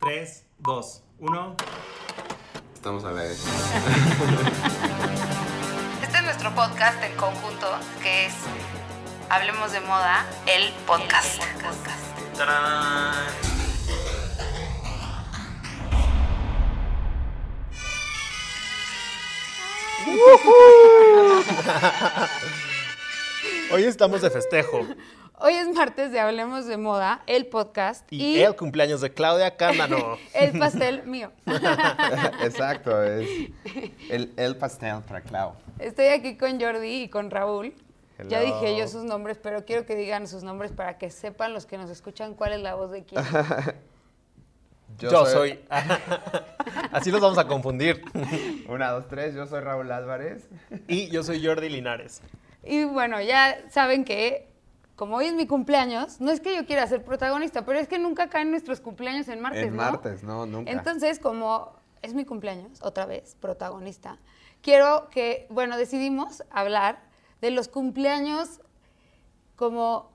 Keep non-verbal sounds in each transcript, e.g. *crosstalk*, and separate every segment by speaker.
Speaker 1: 3, 2, 1.
Speaker 2: Estamos a la vez.
Speaker 3: Este es nuestro podcast en conjunto, que es Hablemos de Moda, el podcast.
Speaker 4: *laughs* Hoy estamos de festejo
Speaker 3: Hoy es martes de Hablemos de Moda, el podcast
Speaker 4: y, el cumpleaños de Claudia
Speaker 3: *laughs*
Speaker 4: Cándano. *laughs*
Speaker 3: el pastel mío.
Speaker 2: *laughs* Exacto, es el, el pastel para Clau.
Speaker 3: Estoy aquí con Jordi y con Raúl. Ya
Speaker 4: Hello.
Speaker 3: dije yo sus nombres, pero quiero que digan sus nombres para que sepan los que nos escuchan cuál es la voz de quién.
Speaker 4: Yo, soy. *laughs* Así los vamos a confundir.
Speaker 2: Una, dos, tres, yo soy Raúl Álvarez.
Speaker 4: Y yo soy Jordi Linares.
Speaker 3: Y bueno, ya saben que como hoy es mi cumpleaños, no es que yo quiera ser protagonista, pero es que nunca caen nuestros cumpleaños en martes,
Speaker 2: en
Speaker 3: ¿no?
Speaker 2: martes, no, nunca.
Speaker 3: Entonces, como es mi cumpleaños, otra vez, protagonista, quiero que, bueno, decidimos hablar de los cumpleaños como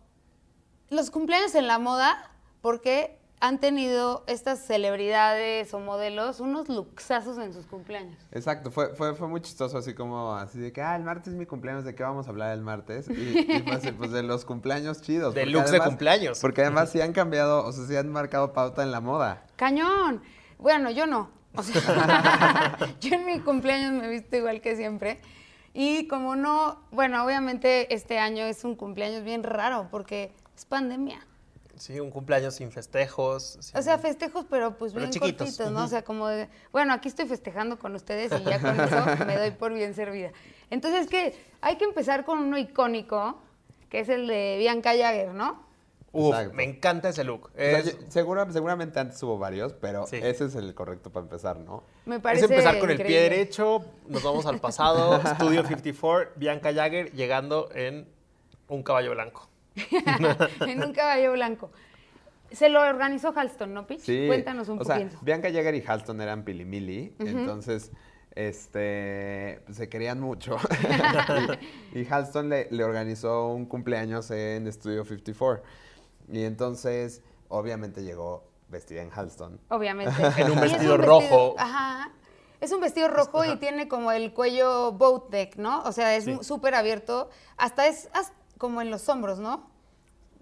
Speaker 3: los cumpleaños en la moda, porque han tenido estas celebridades o modelos unos luxazos en sus cumpleaños.
Speaker 2: Exacto, fue, fue, fue muy chistoso, así como, así de que, ah, el martes es mi cumpleaños, ¿de qué vamos a hablar el martes? Y, y fue así, pues de los cumpleaños chidos.
Speaker 4: De
Speaker 2: porque
Speaker 4: looks de cumpleaños.
Speaker 2: Porque además sí han cambiado, o sea, sí han marcado pauta en la moda.
Speaker 3: ¡Cañón! Bueno, yo no. O sea, *laughs* yo en mi cumpleaños me he visto igual que siempre. Y como no, bueno, obviamente este año es un cumpleaños bien raro porque es pandemia.
Speaker 4: Sí, un cumpleaños sin festejos. sin-
Speaker 3: O sea, festejos, pero pues
Speaker 4: Pero
Speaker 3: bien
Speaker 4: chiquitos.
Speaker 3: cortitos, ¿no? O sea, como de, bueno, aquí estoy festejando con ustedes y ya con eso me doy por bien servida. Entonces, que hay que empezar con uno icónico, que es el de Bianca Jagger, ¿no?
Speaker 4: Uf,
Speaker 2: Exacto.
Speaker 4: me encanta ese look.
Speaker 2: O sea,
Speaker 4: Es-
Speaker 2: yo- segura- seguramente antes hubo varios, pero
Speaker 4: Sí.
Speaker 2: ese es el correcto para empezar, ¿no?
Speaker 3: Me
Speaker 4: es
Speaker 3: parece
Speaker 4: empezar con el pie
Speaker 3: increíble.
Speaker 4: derecho, nos vamos al
Speaker 3: *laughs*
Speaker 4: pasado, Studio 54, Bianca Jagger llegando en un caballo blanco.
Speaker 3: *laughs* en un caballo blanco. Se lo organizó Halston, ¿no, Pich?
Speaker 2: Sí.
Speaker 3: Cuéntanos un
Speaker 2: o sea,
Speaker 3: poquito.
Speaker 2: Bianca Jagger y Halston eran pilimili, entonces este pues, se querían
Speaker 3: *laughs*
Speaker 2: mucho. y, y Halston le, le organizó un cumpleaños en Studio 54. Y entonces, obviamente llegó vestida en Halston. *laughs*
Speaker 3: Obviamente.
Speaker 4: En un
Speaker 3: Y es
Speaker 4: vestido rojo.
Speaker 3: Ajá. Es un vestido rojo y tiene como el cuello boat neck, ¿no? O sea, es
Speaker 4: Sí.
Speaker 3: mu- súper abierto. Hasta es hasta como en los hombros, ¿no?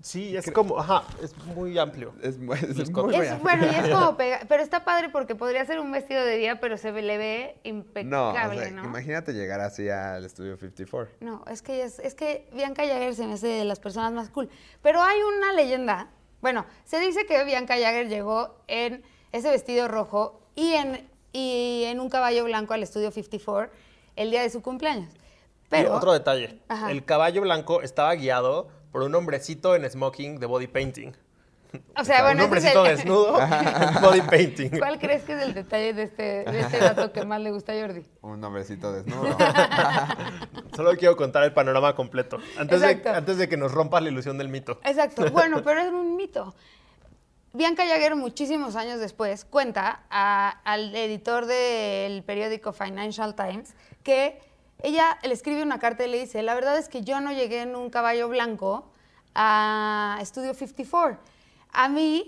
Speaker 4: Sí, es como, ajá, es muy amplio.
Speaker 2: Es, mu- es
Speaker 4: Los
Speaker 2: muy
Speaker 4: cortes.
Speaker 3: Es, bueno, y es
Speaker 2: *laughs*
Speaker 3: como pega- pero está padre porque podría ser un vestido de día, pero se ve- le ve
Speaker 2: No, o sea,
Speaker 3: impecable, ¿no?
Speaker 2: imagínate llegar así al Studio 54.
Speaker 3: No, es que es, es que Bianca Jagger se me hace de las personas más cool. Pero hay una leyenda. Bueno, se dice que Bianca Jagger llegó en ese vestido rojo y en, y en un caballo blanco al estudio 54 el día de su cumpleaños.
Speaker 4: Y
Speaker 3: Pero
Speaker 4: otro detalle.
Speaker 3: Ajá.
Speaker 4: El caballo blanco estaba guiado por un hombrecito en smoking de body painting.
Speaker 3: o sea,
Speaker 4: un
Speaker 3: Ah, bueno, ese es
Speaker 4: hombrecito
Speaker 3: el-
Speaker 4: desnudo en body painting.
Speaker 3: *laughs* ¿Cuál crees que es el detalle de este, de este dato que más le gusta a Jordi?
Speaker 2: Un hombrecito
Speaker 3: *laughs*
Speaker 2: desnudo.
Speaker 4: Solo quiero contar el panorama completo. Antes de,
Speaker 3: Exacto.
Speaker 4: antes de que nos rompas la ilusión del mito.
Speaker 3: Exacto. Bueno, pero es un mito. Bianca Jagger, muchísimos años después, cuenta a- al editor del periódico Financial Times que ella le escribe una carta y le dice, la verdad es que yo no llegué en un caballo blanco a Studio 54. A mí,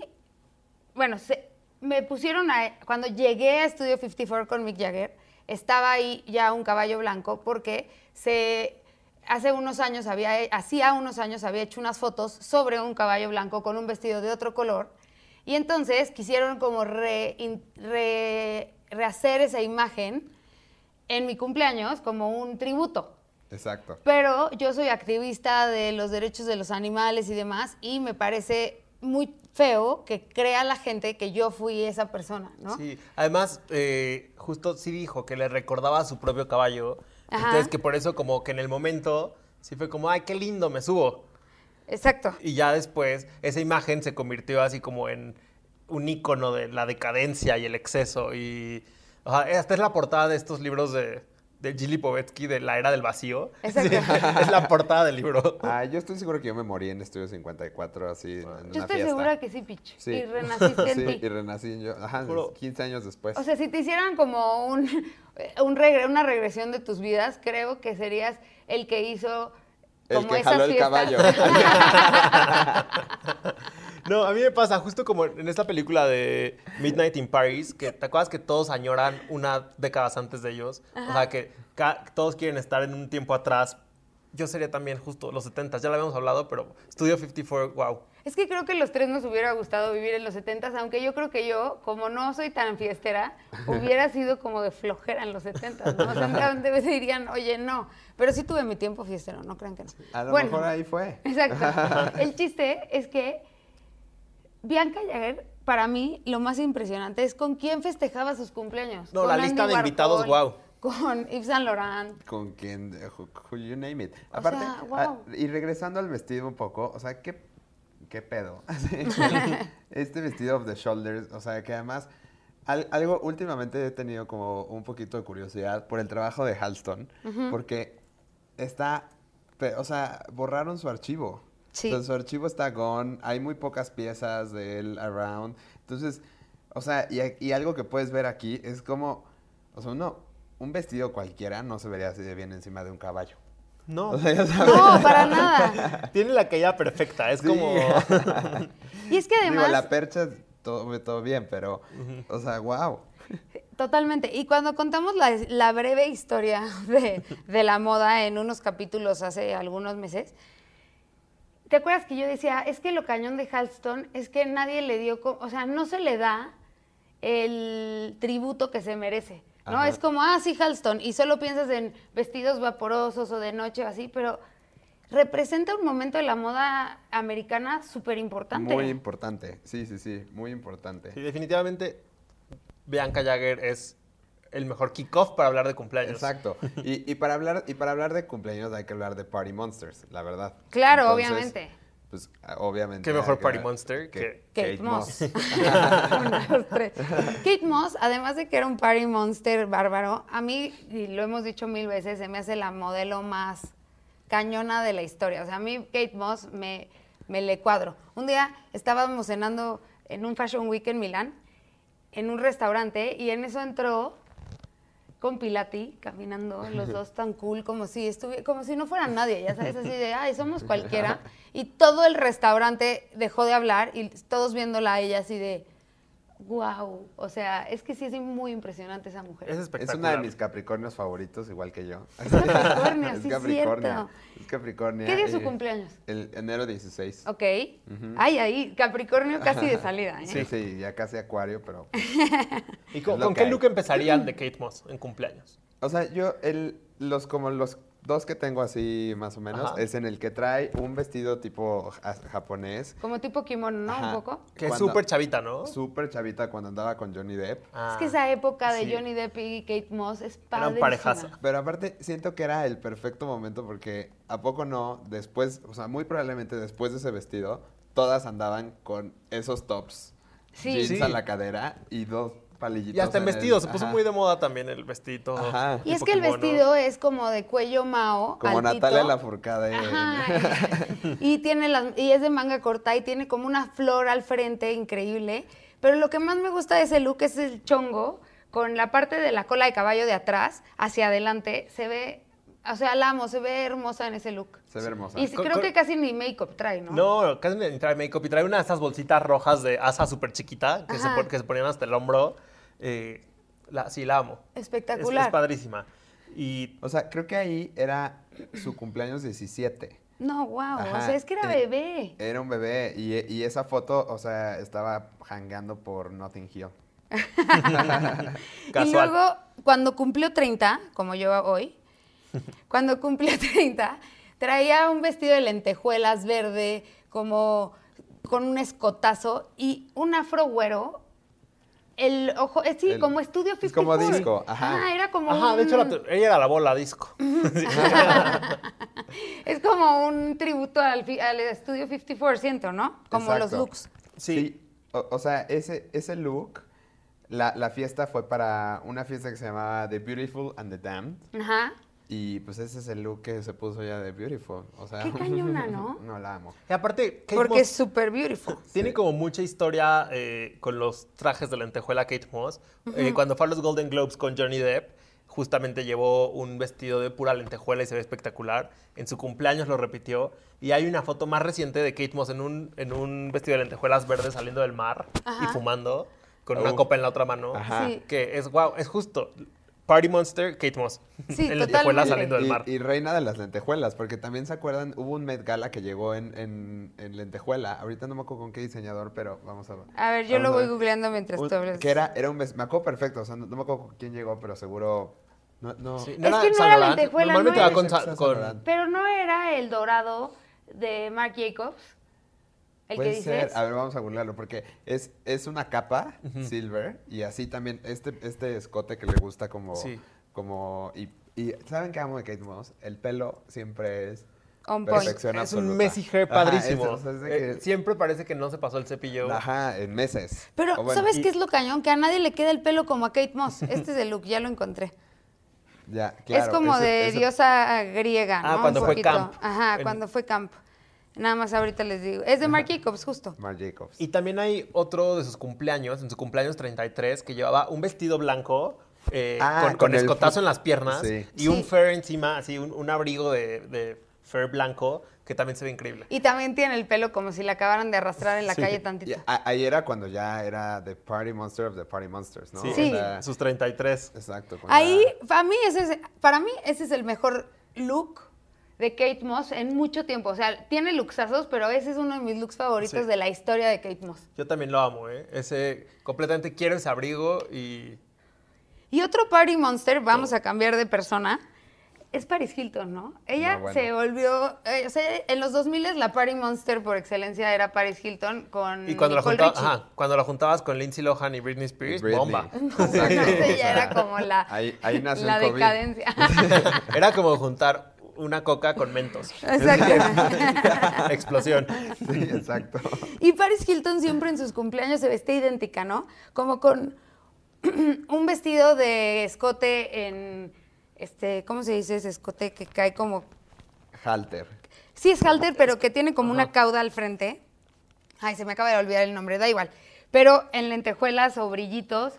Speaker 3: bueno, se- me pusieron a, cuando llegué a Studio 54 con Mick Jagger, estaba ahí ya un caballo blanco porque se hace unos años había hacía unos años había hecho unas fotos sobre un caballo blanco con un vestido de otro color y entonces quisieron como re- in- re- rehacer esa imagen en mi cumpleaños como un tributo.
Speaker 2: Exacto.
Speaker 3: Pero yo soy activista de los derechos de los animales y demás, y me parece muy feo que crea la gente que yo fui esa persona, ¿no?
Speaker 4: Sí. Además, eh, justo sí dijo que le recordaba a su propio caballo.
Speaker 3: Ajá.
Speaker 4: Entonces, que por eso, como que en el momento, sí fue como, ay, qué lindo, me subo.
Speaker 3: Exacto.
Speaker 4: Y ya después, esa imagen se convirtió así como en un icono de la decadencia y el exceso. Y o sea, esta es la portada de estos libros de, de Gili Povetsky de La Era del Vacío.
Speaker 3: Exacto.
Speaker 4: Sí, *laughs* es la portada del libro.
Speaker 2: Ah, yo estoy seguro que yo me morí en Studio 54, así, en una
Speaker 3: Yo estoy
Speaker 2: fiesta.
Speaker 3: segura que sí, Pich.
Speaker 2: Sí. *laughs*
Speaker 3: Y renaciste en
Speaker 2: Sí,
Speaker 3: ti.
Speaker 2: y renací yo, ajá,
Speaker 4: Juro.
Speaker 2: 15 años después.
Speaker 3: O sea, si te hicieran como un, eh, un regre- una regresión de tus vidas, creo que serías el que hizo
Speaker 2: El
Speaker 3: como
Speaker 2: que
Speaker 3: esas *laughs*
Speaker 2: jaló el
Speaker 3: fiestas.
Speaker 2: caballo.
Speaker 4: No, a mí me pasa justo como en esta película de Midnight in Paris, que te acuerdas que todos añoran una décadas antes de ellos. O sea, que ca- todos quieren estar en un tiempo atrás. Yo sería también justo los 70, ya lo habíamos hablado, pero Studio 54, wow.
Speaker 3: Es que creo que los tres nos hubiera gustado vivir en los 70s, aunque yo creo que yo, como no soy tan fiestera, hubiera sido como de flojera en los 70s. ¿no? O sea, nunca de vez dirían, oye, no. Pero sí tuve mi tiempo fiestero, no crean que no.
Speaker 2: A lo
Speaker 3: Bueno,
Speaker 2: mejor ahí fue.
Speaker 3: *laughs* Exacto. El chiste es que Bianca Jagger, para mí, lo más impresionante es con quién festejaba sus cumpleaños.
Speaker 4: No,
Speaker 3: Con
Speaker 4: la lista de invitados, guau.
Speaker 3: Con Yves
Speaker 2: *laughs*
Speaker 3: Saint Laurent.
Speaker 2: Con quien, who- who you name it.
Speaker 3: O
Speaker 2: Aparte,
Speaker 3: sea,
Speaker 2: ah,
Speaker 3: wow.
Speaker 2: y regresando al vestido un poco, o sea, ¿qué, qué pedo? *laughs* Así, este vestido of the shoulders, o sea, que además, al- algo últimamente he tenido como un poquito de curiosidad por el trabajo de Halston, porque está, pe- o sea, borraron su archivo.
Speaker 3: Sí.
Speaker 2: Entonces, su archivo está gone, hay muy pocas piezas de él around. Entonces, o sea, y, y algo que puedes ver aquí es como, o sea, uno, un vestido cualquiera no se vería así de bien encima de un caballo.
Speaker 4: No,
Speaker 2: *laughs* O sea, ya sabes.
Speaker 3: No, para nada.
Speaker 4: tiene la caída perfecta, es
Speaker 2: Sí. *laughs*
Speaker 4: como...
Speaker 3: Y es que además...
Speaker 2: Digo, la percha, todo, todo bien, pero, o sea, wow.
Speaker 3: Totalmente. Y cuando contamos la, la breve historia *laughs* de, de la moda en unos capítulos hace algunos meses, ¿te acuerdas que yo decía, es que lo cañón de Halston es que nadie le dio, co- o sea, no se le da el tributo que se merece, ¿no?
Speaker 2: Ajá.
Speaker 3: Es como, ah, sí, Halston, y solo piensas en vestidos vaporosos o de noche o así, pero representa un momento de la moda americana súper importante.
Speaker 2: Muy importante. Sí, sí, sí, muy importante.
Speaker 4: Sí, definitivamente Bianca Jagger es el mejor kickoff para hablar de cumpleaños.
Speaker 2: Exacto. Y, y para hablar, y para hablar de cumpleaños hay que hablar de Party Monsters, la verdad.
Speaker 3: Claro, obviamente.
Speaker 2: Pues a- obviamente.
Speaker 4: Qué
Speaker 2: hay
Speaker 4: mejor
Speaker 2: que
Speaker 4: Party
Speaker 2: hablar
Speaker 4: Monster que
Speaker 3: Kate, *laughs* Moss.
Speaker 2: *laughs*
Speaker 3: Uno, dos, tres. Kate Moss, además de que era un party monster bárbaro, a mí, y lo hemos dicho mil veces, se me hace la modelo más cañona de la historia. O sea, a mí Kate Moss me, me le cuadro. Un día estábamos cenando en un Fashion Week en Milán, en un restaurante, y en eso entró con Pilati caminando, los dos tan cool, como si estuvi- como si no fueran nadie, ya sabes, así de, ay, somos cualquiera. Y todo el restaurante dejó de hablar y todos viéndola a ella así de, wow, o sea, es que sí es muy impresionante esa mujer.
Speaker 4: Es
Speaker 2: Es
Speaker 4: espectacular.
Speaker 2: una de mis Capricornios favoritos, igual que yo. Es *laughs*
Speaker 3: Capricornio, sí,
Speaker 2: Capricornio.
Speaker 3: cierto.
Speaker 2: Es Capricornio. Eh,
Speaker 3: ¿Qué día es su cumpleaños?
Speaker 2: El enero 16.
Speaker 3: Ok. Ay, ahí, Capricornio casi de salida, ¿eh?
Speaker 2: Sí, sí, ya casi acuario, pero...
Speaker 4: ¿Y con,
Speaker 2: Es lo
Speaker 4: con
Speaker 2: que
Speaker 4: qué
Speaker 2: hay.
Speaker 4: look empezarían de Kate Moss en cumpleaños?
Speaker 2: O sea, yo, el, los, como los dos que tengo así más o menos,
Speaker 4: Ajá.
Speaker 2: es en el que trae un vestido tipo ja- japonés.
Speaker 3: Como tipo kimono, ¿no? Un
Speaker 2: Ajá.
Speaker 3: poco.
Speaker 4: Que es
Speaker 2: Cuando-
Speaker 4: súper chavita, ¿no?
Speaker 2: Súper chavita cuando andaba con Johnny Depp.
Speaker 4: Ah.
Speaker 3: Es que esa época de
Speaker 4: sí.
Speaker 3: Johnny Depp y Kate Moss es padrísima.
Speaker 4: Eran parejaza.
Speaker 2: Pero aparte, siento que era el perfecto momento porque, ¿a poco no? Después, o sea, muy probablemente después de ese vestido, todas andaban con esos tops.
Speaker 3: Sí.
Speaker 2: Jeans
Speaker 4: Sí.
Speaker 2: a la cadera y dos palillitos.
Speaker 4: Y hasta en
Speaker 2: el-
Speaker 4: vestido, se puso
Speaker 2: ajá.
Speaker 4: muy de moda también el vestidito.
Speaker 2: Ajá.
Speaker 3: Y es
Speaker 4: tipo
Speaker 3: que el
Speaker 4: kimono.
Speaker 3: vestido es como de cuello mao.
Speaker 2: Como
Speaker 3: altito.
Speaker 2: Natalia Lafourcade. en-
Speaker 3: Ajá. y tiene las, y es de manga corta y tiene como una flor al frente increíble. Pero lo que más me gusta de ese look es el chongo con la parte de la cola de caballo de atrás hacia adelante. Se ve, o sea, la amo, se ve hermosa en ese look.
Speaker 2: *laughs* Se ve hermosa.
Speaker 3: Y
Speaker 4: Con-
Speaker 3: creo
Speaker 4: con-
Speaker 3: que casi ni make-up trae, ¿no?
Speaker 4: No, casi me trae make-up y trae una de esas bolsitas rojas de asa súper chiquita que se,
Speaker 3: Ajá.
Speaker 4: pon- que se ponían hasta el hombro. Eh, la, sí, la amo. Es-
Speaker 3: Espectacular.
Speaker 4: es padrísima. Y
Speaker 2: O sea, creo que ahí era su cumpleaños 17.
Speaker 3: No, wow. O
Speaker 2: Ajá,
Speaker 3: sea, es que era
Speaker 2: eh,
Speaker 3: bebé.
Speaker 2: Era un bebé y, y esa foto, o sea, estaba hangando por Notting Hill.
Speaker 4: Casual.
Speaker 3: Y luego, cuando cumplió 30, como yo hoy, *laughs* cuando cumplió 30, traía un vestido de lentejuelas verde, como con un escotazo y un afro güero. El ojo, eh, sí,
Speaker 2: El-
Speaker 3: como estudio
Speaker 2: es
Speaker 3: 54.
Speaker 2: como disco, ajá.
Speaker 3: Ah, era como
Speaker 4: Ajá, de hecho, la
Speaker 3: un-
Speaker 4: tu- ella era la bola disco. Sí.
Speaker 3: es como un tributo al, fi- al estudio 54%, ¿no? Como los
Speaker 2: Exacto.
Speaker 3: looks.
Speaker 4: Sí.
Speaker 2: O, o sea, ese, ese look, la, la fiesta fue para una fiesta que se llamaba The Beautiful and the Damned.
Speaker 3: Ajá.
Speaker 2: Y pues ese es el look que se puso ya de Beautiful. O sea,
Speaker 3: Qué cañona, ¿no?
Speaker 2: *laughs* No la amo.
Speaker 4: Y aparte, Kate
Speaker 3: Porque
Speaker 4: Moss-
Speaker 3: es super beautiful.
Speaker 4: Tiene como mucha historia eh, con los trajes de lentejuela Kate Moss. Eh, cuando fue a los Golden Globes con Johnny Depp, justamente llevó un vestido de pura lentejuela y se ve espectacular. En su cumpleaños lo repitió. Y hay una foto más reciente de Kate Moss en un, en un vestido de lentejuelas verde saliendo del mar y
Speaker 3: Ajá.
Speaker 4: fumando con una
Speaker 2: Oh.
Speaker 4: copa en la otra mano.
Speaker 2: Ajá.
Speaker 3: Sí.
Speaker 4: Que es wow, es justo. Party Monster, Kate Moss.
Speaker 3: Sí,
Speaker 4: *laughs* en lentejuelas
Speaker 3: totalmente.
Speaker 4: saliendo del
Speaker 2: Y-
Speaker 4: mar.
Speaker 2: Y reina de las lentejuelas, porque también se acuerdan, hubo un Met Gala que llegó en, en- en lentejuela. Ahorita no me acuerdo con qué diseñador, pero vamos a ver.
Speaker 3: A ver, yo
Speaker 2: Vamos
Speaker 3: lo
Speaker 2: a
Speaker 3: voy
Speaker 2: ver.
Speaker 3: googleando mientras
Speaker 2: Un-
Speaker 3: tú hablas.
Speaker 2: que era, era un mes, me acuerdo perfecto, o sea, no, no me acuerdo con quién llegó, pero seguro no, no.
Speaker 4: Sí,
Speaker 3: Es que no
Speaker 4: Saint
Speaker 3: era
Speaker 4: Laurent.
Speaker 3: lentejuela,
Speaker 4: Normalmente
Speaker 3: no
Speaker 4: va
Speaker 3: era-
Speaker 4: con,
Speaker 2: Saint
Speaker 4: sa- con-
Speaker 2: Laurent.
Speaker 3: Pero no era el dorado de Marc Jacobs, el que
Speaker 2: Puede
Speaker 3: dices.
Speaker 2: ser, a ver, vamos a burlarlo, porque es, es una capa silver y así también este, este escote que le gusta como,
Speaker 4: Sí.
Speaker 2: como y, y ¿saben qué amo de Kate Moss? El pelo siempre es
Speaker 3: On point.
Speaker 2: perfección
Speaker 4: Es
Speaker 2: absoluta.
Speaker 4: un messy hair
Speaker 2: Ajá,
Speaker 4: padrísimo.
Speaker 2: es- o sea, es de
Speaker 4: Eh,
Speaker 2: que-
Speaker 4: siempre parece que no se pasó el cepillo.
Speaker 2: Ajá, en meses.
Speaker 3: Pero,
Speaker 2: O bueno,
Speaker 3: ¿sabes
Speaker 2: y-
Speaker 3: qué es lo cañón? Que a nadie le queda el pelo como a Kate Moss. Este es el look, ya lo encontré.
Speaker 2: Ya, *laughs* claro,
Speaker 3: es como
Speaker 2: ese-
Speaker 3: de
Speaker 2: ese-
Speaker 3: diosa griega,
Speaker 4: Ah,
Speaker 3: ¿no?
Speaker 4: cuando
Speaker 3: Un
Speaker 4: fue
Speaker 3: poquito.
Speaker 4: camp.
Speaker 3: Ajá,
Speaker 4: En-
Speaker 3: cuando fue camp. Nada más ahorita les digo. Es de Marc Jacobs, justo.
Speaker 2: Marc Jacobs.
Speaker 4: Y también hay otro de sus cumpleaños, en su cumpleaños 33, que llevaba un vestido blanco eh,
Speaker 2: Ah,
Speaker 4: con, con
Speaker 2: con el
Speaker 4: escotazo
Speaker 2: fu-
Speaker 4: en las piernas
Speaker 2: Sí.
Speaker 4: y un
Speaker 3: Sí.
Speaker 4: fur encima, así un, un abrigo de, de fur blanco que también se ve increíble.
Speaker 3: Y también tiene el pelo como si le acabaran de arrastrar en la calle tantito.
Speaker 2: Y a- ahí era cuando ya era The Party Monster of the Party Monsters, ¿no?
Speaker 4: Sí,
Speaker 2: O
Speaker 3: Sí.
Speaker 2: sea,
Speaker 4: sus 33.
Speaker 2: exacto. cuando
Speaker 3: Ahí,
Speaker 2: era-
Speaker 3: para mí, ese es, para mí, ese es el mejor look de Kate Moss en mucho tiempo. O sea, tiene lookazos, pero ese es uno de mis looks favoritos
Speaker 4: Sí.
Speaker 3: de la historia de Kate Moss.
Speaker 4: Yo también lo amo, ¿eh? Ese, completamente quiero ese abrigo y...
Speaker 3: Y otro party monster, vamos a cambiar de persona, es Paris Hilton, ¿no? Ella
Speaker 2: No, bueno.
Speaker 3: se volvió, eh, o sea, en los 2000 la party monster por excelencia era Paris Hilton con
Speaker 4: Y cuando la,
Speaker 3: Mm, Nicole
Speaker 4: junta-
Speaker 3: Richie.
Speaker 4: ajá, cuando la juntabas con Lindsay Lohan y Britney Spears,
Speaker 2: Britney.
Speaker 3: *laughs*
Speaker 4: bomba. *laughs*
Speaker 2: Exacto.
Speaker 3: Entonces
Speaker 2: O sea,
Speaker 3: ella era
Speaker 2: *laughs*
Speaker 3: como la,
Speaker 2: Ahí, ahí nació
Speaker 3: la
Speaker 2: el COVID. *laughs*
Speaker 3: decadencia.
Speaker 4: Era como juntar una coca con mentos.
Speaker 3: Exactamente.
Speaker 4: *laughs* Explosión.
Speaker 2: Sí, exacto.
Speaker 3: Y Paris Hilton siempre en sus cumpleaños se vestía idéntica, ¿no? Como con *clears throat* un vestido de escote en, este, ¿cómo se dice ese escote que cae como
Speaker 2: Halter.
Speaker 3: Sí, es halter, pero que tiene como una cauda al frente. Ay, se me acaba de olvidar el nombre, da igual. Pero en lentejuelas o brillitos,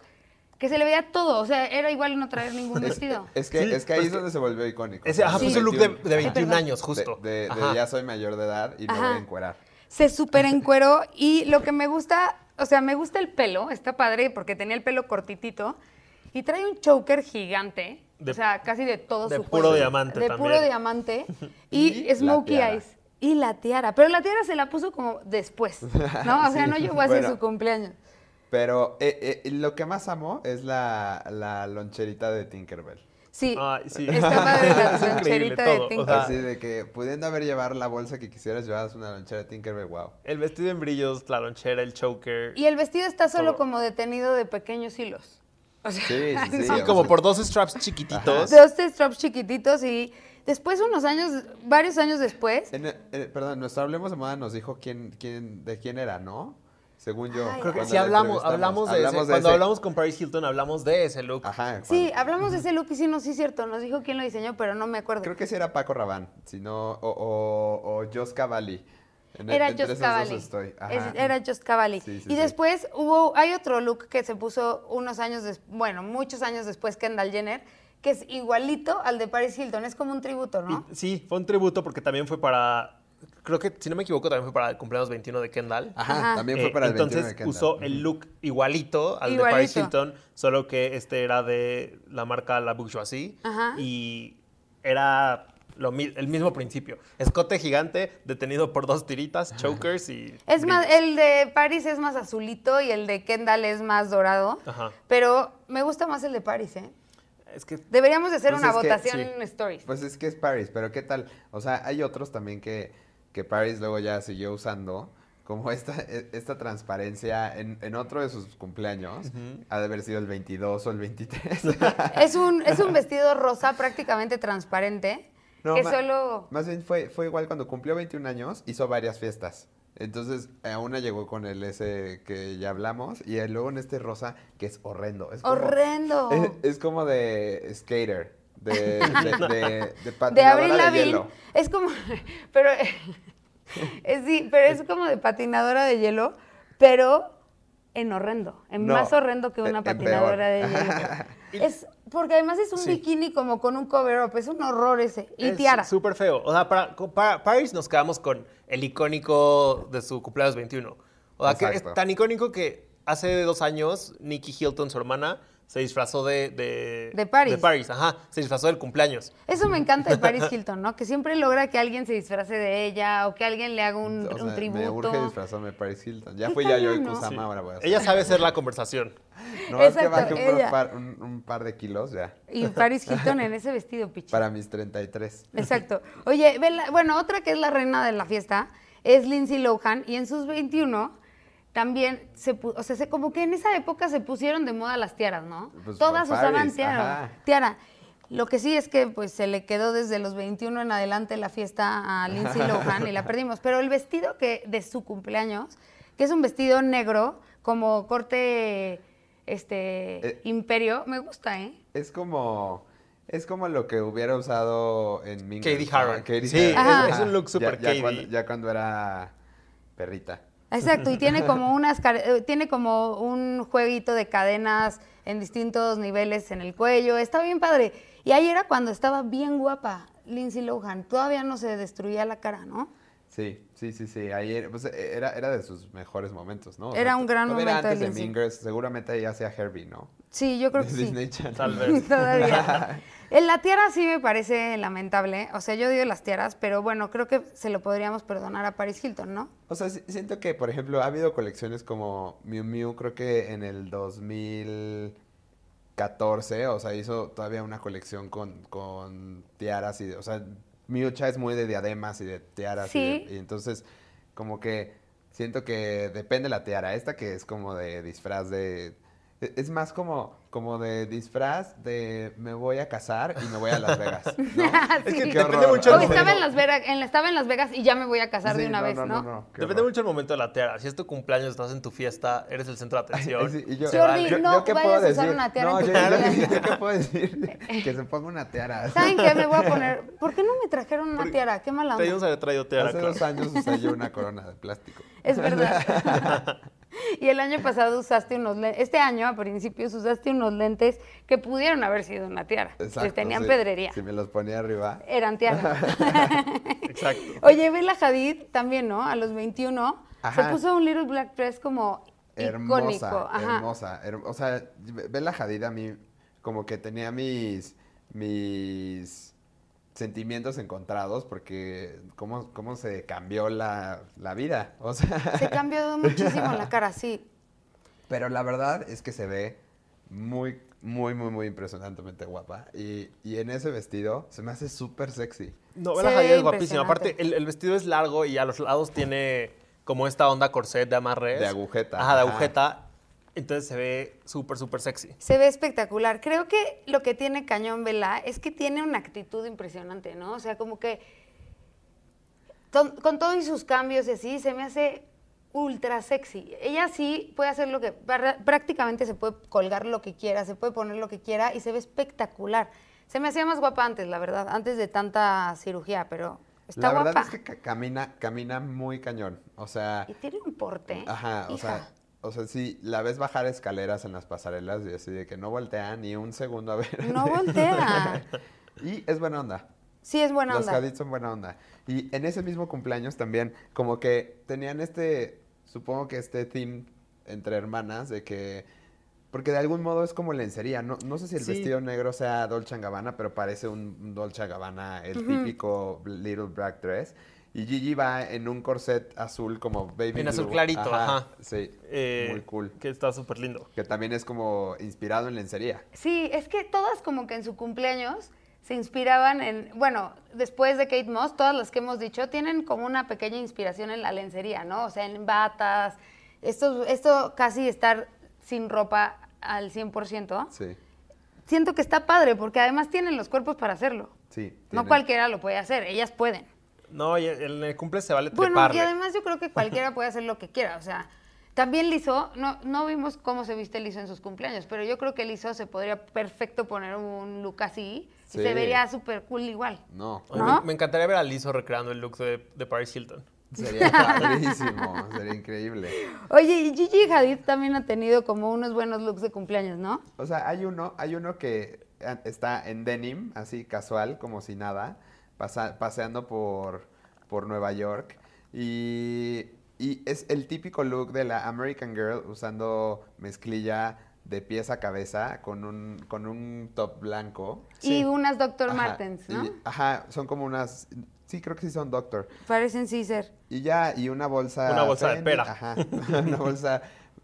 Speaker 3: que se le veía todo. O sea, era igual no traer ningún vestido.
Speaker 2: Es que,
Speaker 4: Sí,
Speaker 2: es que
Speaker 4: pero es
Speaker 2: ahí es
Speaker 4: que-
Speaker 2: donde se volvió icónico.
Speaker 4: Ese, ajá,
Speaker 2: Sí.
Speaker 4: fue su look de, de
Speaker 2: 21
Speaker 4: 21 años, justo.
Speaker 2: De, de- de
Speaker 4: Ajá.
Speaker 2: ya soy mayor de edad y me voy
Speaker 3: Ajá.
Speaker 2: a encuerar.
Speaker 3: Se súper encueró y lo que me gusta, o sea, me gusta el pelo, está padre porque tenía el pelo cortitito y trae un choker gigante,
Speaker 4: De-
Speaker 3: o sea, casi de todo
Speaker 4: de
Speaker 3: su
Speaker 4: puro
Speaker 3: cuerpo.
Speaker 4: diamante
Speaker 3: De
Speaker 4: también.
Speaker 3: puro
Speaker 4: *laughs*
Speaker 3: diamante y,
Speaker 2: Y
Speaker 3: smokey
Speaker 2: la tiara.
Speaker 3: eyes y la tiara, pero la tiara se la puso como después,
Speaker 4: *laughs*
Speaker 3: ¿no? O sea,
Speaker 2: Sí.
Speaker 3: no llegó a hacer
Speaker 2: Bueno.
Speaker 3: su cumpleaños.
Speaker 2: Pero eh, eh, lo que más amo es la, la loncherita de Tinkerbell.
Speaker 3: Sí.
Speaker 4: Ay, sí.
Speaker 3: Está padre
Speaker 4: *laughs*
Speaker 3: la
Speaker 4: Es increíble
Speaker 3: loncherita
Speaker 4: todo,
Speaker 3: de
Speaker 4: o
Speaker 3: Tinker.
Speaker 4: sea,
Speaker 2: Así de que pudiendo haber llevar la bolsa que quisieras llevas una lonchera de Tinkerbell, wow.
Speaker 4: El vestido en brillos, la lonchera, el choker.
Speaker 3: y el vestido está solo
Speaker 4: todo.
Speaker 3: como detenido de pequeños hilos. O sea,
Speaker 2: Sí, sí, sí,
Speaker 3: *laughs*
Speaker 4: Sí,
Speaker 2: o sea,
Speaker 4: como por dos straps chiquititos.
Speaker 3: dos straps chiquititos y después unos años, varios años después,
Speaker 2: en- eh, perdón, nuestro Hablemos de Moda nos dijo quién, quién, de quién era, ¿no? Según yo.
Speaker 3: Ay,
Speaker 4: Creo que
Speaker 2: cuando
Speaker 4: sí
Speaker 2: la
Speaker 4: hablamos,
Speaker 2: entrevistamos.
Speaker 4: hablamos de ese.
Speaker 2: de
Speaker 4: Cuando
Speaker 2: ese.
Speaker 4: hablamos con Paris Hilton, hablamos de ese look.
Speaker 2: Ajá.
Speaker 3: sí, ah,
Speaker 2: cuando-
Speaker 3: hablamos de ese look y sí, no, sí, cierto, nos dijo quién lo diseñó, pero no me acuerdo.
Speaker 2: Creo que sí era Paco Rabán, sino, o, o, o Jos Cavalli. En- e-
Speaker 3: Era
Speaker 2: entre
Speaker 3: Just
Speaker 2: esos dos
Speaker 3: Cavalli.
Speaker 2: estoy.
Speaker 3: Es-
Speaker 2: Ajá.
Speaker 3: Era Just Cavalli.
Speaker 2: Sí, sí,
Speaker 3: y
Speaker 2: sí.
Speaker 3: después hubo, hay otro look que se puso unos años, des- bueno, muchos años después Kendall Jenner, que es igualito al de Paris Hilton, es como un tributo, ¿no?
Speaker 4: Y- sí, fue un tributo porque también fue para. Creo que, si no me equivoco, también fue para el cumpleaños 21 de Kendall.
Speaker 2: Ajá,
Speaker 3: Ajá.
Speaker 2: también fue
Speaker 4: Eh,
Speaker 2: para el
Speaker 4: Entonces
Speaker 2: 21 de Kendall.
Speaker 4: usó el look igualito al de
Speaker 3: Igualito.
Speaker 4: Paris Hilton, solo que este era de la marca La Bourgeoisie
Speaker 3: Ajá.
Speaker 4: y era lo mi- el mismo principio. Escote gigante detenido por dos tiritas, chokers y...
Speaker 3: Es más,
Speaker 4: brillos.
Speaker 3: el de Paris es más azulito y el de Kendall es más dorado.
Speaker 4: Ajá.
Speaker 3: Pero me gusta más el de Paris, ¿eh?
Speaker 4: Es que...
Speaker 3: Deberíamos de hacer
Speaker 2: Pues
Speaker 3: una
Speaker 2: es que,
Speaker 3: votación
Speaker 4: sí.
Speaker 3: en Stories.
Speaker 2: Pues es que es Paris, pero ¿qué tal? O sea, hay otros también que, que Paris luego ya siguió usando, como esta, e- esta transparencia en, en otro de sus cumpleaños, ha de haber sido el 22 o el 23.
Speaker 4: *laughs*
Speaker 3: es, un, es un vestido rosa prácticamente transparente.
Speaker 2: No,
Speaker 3: que
Speaker 2: ma-
Speaker 3: solo.
Speaker 2: Más bien fue, fue igual cuando cumplió 21 años, hizo varias fiestas. Entonces, a una llegó con el ese que ya hablamos, y luego en este rosa, que es horrendo. Es como-
Speaker 3: Horrendo.
Speaker 2: Es, es como de skater,
Speaker 3: *laughs*
Speaker 2: de, de, de, de
Speaker 3: de
Speaker 2: patinadora
Speaker 3: Avril
Speaker 2: de
Speaker 3: Lavigne.
Speaker 2: hielo.
Speaker 3: Es como. *laughs* Pero. eh, *laughs* es- sí, pero es como de patinadora de hielo. Pero en horrendo, en
Speaker 2: No,
Speaker 3: más horrendo que una
Speaker 2: en peor.
Speaker 3: patinadora de
Speaker 2: *laughs*
Speaker 3: hielo. es porque además es un
Speaker 4: Sí.
Speaker 3: bikini como con un cover-up, es un horror ese. Y
Speaker 4: Es
Speaker 3: tiara.
Speaker 4: Súper feo. O sea, para, para Paris nos quedamos con el icónico de su cumpleaños 21. O sea, que
Speaker 2: Exacto.
Speaker 4: es tan icónico que hace dos años Nikki Hilton, su hermana, se disfrazó de... De,
Speaker 3: De Paris.
Speaker 4: De Paris, ajá. Se disfrazó del cumpleaños.
Speaker 3: Eso me encanta
Speaker 2: *laughs*
Speaker 3: de Paris Hilton, ¿no? Que siempre logra que alguien se disfrace de ella o que alguien le haga un,
Speaker 2: O sea,
Speaker 3: un tributo.
Speaker 2: Me urge disfrazarme de Paris Hilton. Ya
Speaker 3: Qué
Speaker 2: fui ya yo y
Speaker 3: cañón, ¿no?
Speaker 2: Kusama,
Speaker 3: Sí.
Speaker 2: ahora voy a hacer.
Speaker 4: Ella sabe ser la conversación.
Speaker 2: No, es que bajé
Speaker 3: Exacto,
Speaker 2: un
Speaker 3: ella.
Speaker 2: par, un- un par de kilos ya.
Speaker 3: Y Paris Hilton en
Speaker 2: *laughs*
Speaker 3: ese vestido, pichi.
Speaker 2: Para mis 33.
Speaker 3: Exacto. Oye, ve la- bueno, otra que es la reina de la fiesta es Lindsay Lohan y en sus 21 también se pu- o sea, se- como que en esa época se pusieron de moda las tiaras, ¿no?
Speaker 2: Pues,
Speaker 3: Todas
Speaker 2: por
Speaker 3: usaban
Speaker 2: Paris,
Speaker 3: tiara,
Speaker 2: ajá.
Speaker 3: tiara. Lo que sí es que pues se le quedó desde los 21 en adelante la fiesta a Lindsay
Speaker 2: *laughs*
Speaker 3: Lohan y la perdimos, pero el vestido que de su cumpleaños, que es un vestido negro como corte este
Speaker 2: Eh.
Speaker 3: imperio, me gusta, ¿eh?
Speaker 2: Es como. Es como lo que hubiera usado en Mean
Speaker 4: Katie
Speaker 2: Girls, ¿no?
Speaker 4: Harron.
Speaker 2: Katie
Speaker 4: Sí,
Speaker 2: Harron.
Speaker 3: Ajá. es-
Speaker 4: es un look
Speaker 2: Ya-
Speaker 4: super
Speaker 2: ya,
Speaker 4: Katie.
Speaker 2: cuando, ya cuando era perrita.
Speaker 3: Exacto, y tiene como unas care- eh, tiene como un jueguito de cadenas en distintos niveles en el cuello. Está bien padre. Y ahí era cuando estaba bien guapa Lindsay Lohan. Todavía no se destruía la cara, ¿no?
Speaker 2: Sí, sí, sí, sí. Ahí era, pues, era, era de sus mejores momentos, ¿no?
Speaker 3: Era un gran
Speaker 2: todavía era
Speaker 3: momento de
Speaker 2: antes de
Speaker 3: Lindsay.
Speaker 2: Mean Girls, seguramente ella hacía Herbie, ¿no?
Speaker 3: Sí, yo creo que
Speaker 2: de
Speaker 3: sí.
Speaker 2: Disney Channel.
Speaker 4: Tal vez.
Speaker 3: *laughs* Todavía. En la tiara sí me parece lamentable. O sea, yo odio las tiaras, pero bueno, creo que se lo podríamos perdonar a Paris Hilton, ¿no?
Speaker 2: O sea, si- siento que, por ejemplo, ha habido colecciones como Miu Miu, creo que en el 2014, o sea, hizo todavía una colección con, con tiaras y, de- o sea, Miucha es muy de diademas y de tiaras. y de-
Speaker 3: Sí.
Speaker 2: Y, entonces, como que siento que depende la tiara. Esta que es como de disfraz de... e- Es más como, como de disfraz de me voy a casar y me voy a Las Vegas.
Speaker 3: *laughs*
Speaker 2: ¿no?
Speaker 3: Es que
Speaker 2: Qué
Speaker 3: depende
Speaker 2: horror.
Speaker 4: mucho Yo
Speaker 3: O
Speaker 4: no del
Speaker 3: estaba
Speaker 4: sé.
Speaker 3: en Las Vegas, en la- estaba en Las Vegas y ya me voy a casar de
Speaker 2: Sí,
Speaker 3: una vez, ¿no?
Speaker 2: qué
Speaker 4: Depende
Speaker 2: horror.
Speaker 4: mucho del momento de la tiara. Si es tu cumpleaños, estás en tu fiesta, eres el centro de atención.
Speaker 2: Sí, y yo,
Speaker 4: se
Speaker 3: Jordi,
Speaker 4: vale.
Speaker 3: no vayas a usar una tiara
Speaker 2: No,
Speaker 3: en tu
Speaker 2: yo, yo- yo-
Speaker 3: cumpleaños.
Speaker 2: yo qué puedo decir
Speaker 3: *laughs*
Speaker 2: que se ponga una tiara.
Speaker 3: ¿Saben qué? Me voy a poner. ¿Por qué no me trajeron una
Speaker 4: Porque
Speaker 3: tiara? Qué mala
Speaker 4: Te íbamos a
Speaker 3: onda.
Speaker 4: haber traído tiara,
Speaker 2: Hace
Speaker 4: claro.
Speaker 2: dos años usé yo una corona de plástico.
Speaker 3: Es
Speaker 2: *laughs*
Speaker 3: verdad. y el año pasado usaste unos lentes. Este año, a principios, usaste unos lentes que pudieron haber sido una tiara.
Speaker 2: Exacto,
Speaker 3: Les tenían
Speaker 2: sí.
Speaker 3: pedrería. Eh,
Speaker 2: Si me los ponía arriba.
Speaker 3: Eran
Speaker 2: *laughs*
Speaker 3: tiara. *laughs*
Speaker 4: Exacto.
Speaker 3: Oye, Bella Hadid también, ¿no? A los 21 se
Speaker 2: Ajá.
Speaker 3: puso un Little Black Dress como
Speaker 2: Hermosa,
Speaker 3: icónico. Ajá.
Speaker 2: hermosa. her- o sea, Bella Hadid a mí como que tenía mis, mis sentimientos encontrados porque cómo, cómo se cambió la, la vida. O sea,
Speaker 3: Se
Speaker 2: *laughs*
Speaker 3: cambió muchísimo la cara, sí.
Speaker 2: Pero la verdad es que se ve muy, muy, muy, muy impresionantemente guapa. Y, y en ese vestido se me hace súper sexy.
Speaker 4: No,
Speaker 3: Se
Speaker 4: Bella
Speaker 3: ve
Speaker 4: Hadid es guapísima.
Speaker 3: impresionante.
Speaker 4: Aparte, el, el vestido es largo y a los lados tiene como esta onda corset de amarres.
Speaker 2: De agujeta.
Speaker 4: Ajá, de
Speaker 2: Ajá.
Speaker 4: agujeta. Entonces se ve súper, súper sexy.
Speaker 3: Se ve espectacular. Creo que lo que tiene Cañón Vela es que tiene una actitud impresionante, ¿no? O sea, como que ton- con todo y sus cambios y así, se me hace ultra sexy. Ella sí puede hacer lo que, parra- prácticamente se puede colgar lo que quiera, se puede poner lo que quiera y se ve espectacular. Se me hacía más guapa antes, la verdad, antes de tanta cirugía, pero
Speaker 2: la
Speaker 3: está
Speaker 2: verdad
Speaker 3: guapa.
Speaker 2: es que ca- camina, camina muy cañón. O sea,
Speaker 3: Y tiene un porte.
Speaker 2: ajá, o
Speaker 3: hija.
Speaker 2: sea, o sea, sí, la ves bajar escaleras en las pasarelas y así de que no voltea ni un segundo a ver. *laughs*
Speaker 3: No voltea.
Speaker 2: y es buena onda.
Speaker 3: Sí, es buena
Speaker 2: Los
Speaker 3: onda.
Speaker 2: Hadid son buena onda. Y en ese mismo cumpleaños también, como que tenían este, supongo que este theme entre hermanas de que, porque de algún modo es como lencería. No, no sé si el
Speaker 4: Sí.
Speaker 2: vestido negro sea Dolce Gabbana, pero parece un un Dolce Gabbana, el típico Little Black Dress. Y Gigi va en un corset azul como baby
Speaker 4: En
Speaker 2: blue.
Speaker 4: azul clarito, ajá.
Speaker 2: Sí,
Speaker 4: Eh,
Speaker 2: muy cool.
Speaker 4: Que está súper lindo.
Speaker 2: Que también es como inspirado en lencería.
Speaker 3: Sí, es que todas como que en su cumpleaños se inspiraban en, bueno, después de Kate Moss, todas las que hemos dicho tienen como una pequeña inspiración en la lencería, ¿no? O sea, en batas, esto, esto casi estar sin ropa al 100%.
Speaker 2: Sí,
Speaker 3: Siento que está padre porque además tienen los cuerpos para hacerlo.
Speaker 2: sí.
Speaker 3: No
Speaker 2: tienen-
Speaker 3: cualquiera lo puede hacer, ellas pueden.
Speaker 4: No, y en el cumple se vale
Speaker 3: Bueno,
Speaker 4: treparle.
Speaker 3: y además yo creo que cualquiera puede hacer lo que quiera, o sea, también Lizo, no, no vimos cómo se viste Lizo en sus cumpleaños, pero yo creo que Lizo se podría perfecto poner un look así y
Speaker 2: Sí.
Speaker 3: se vería súper cool igual.
Speaker 2: No.
Speaker 4: Ay,
Speaker 3: ¿no?
Speaker 4: me, me encantaría ver a Lizzo recreando el look de, de Paris Hilton.
Speaker 2: Sería padrísimo, sería increíble.
Speaker 3: Oye, y Gigi Hadid también ha tenido como unos buenos looks de cumpleaños, ¿no?
Speaker 2: O sea, hay uno, hay uno que eh, está en denim, así casual, como si nada, pasa- paseando por, por Nueva York. Y, y es el típico look de la American Girl usando mezclilla de pies a cabeza con un, con un top blanco.
Speaker 3: Y unas Dr.
Speaker 2: Ajá,
Speaker 3: Martens,
Speaker 2: y-
Speaker 3: ¿no?
Speaker 2: ajá, son como unas... Sí, creo que sí son doctor.
Speaker 3: Parecen sí ser.
Speaker 2: Y ya, y una bolsa...
Speaker 4: Una bolsa de
Speaker 2: Fendi,
Speaker 4: pera.
Speaker 2: Ajá, *laughs* una bolsa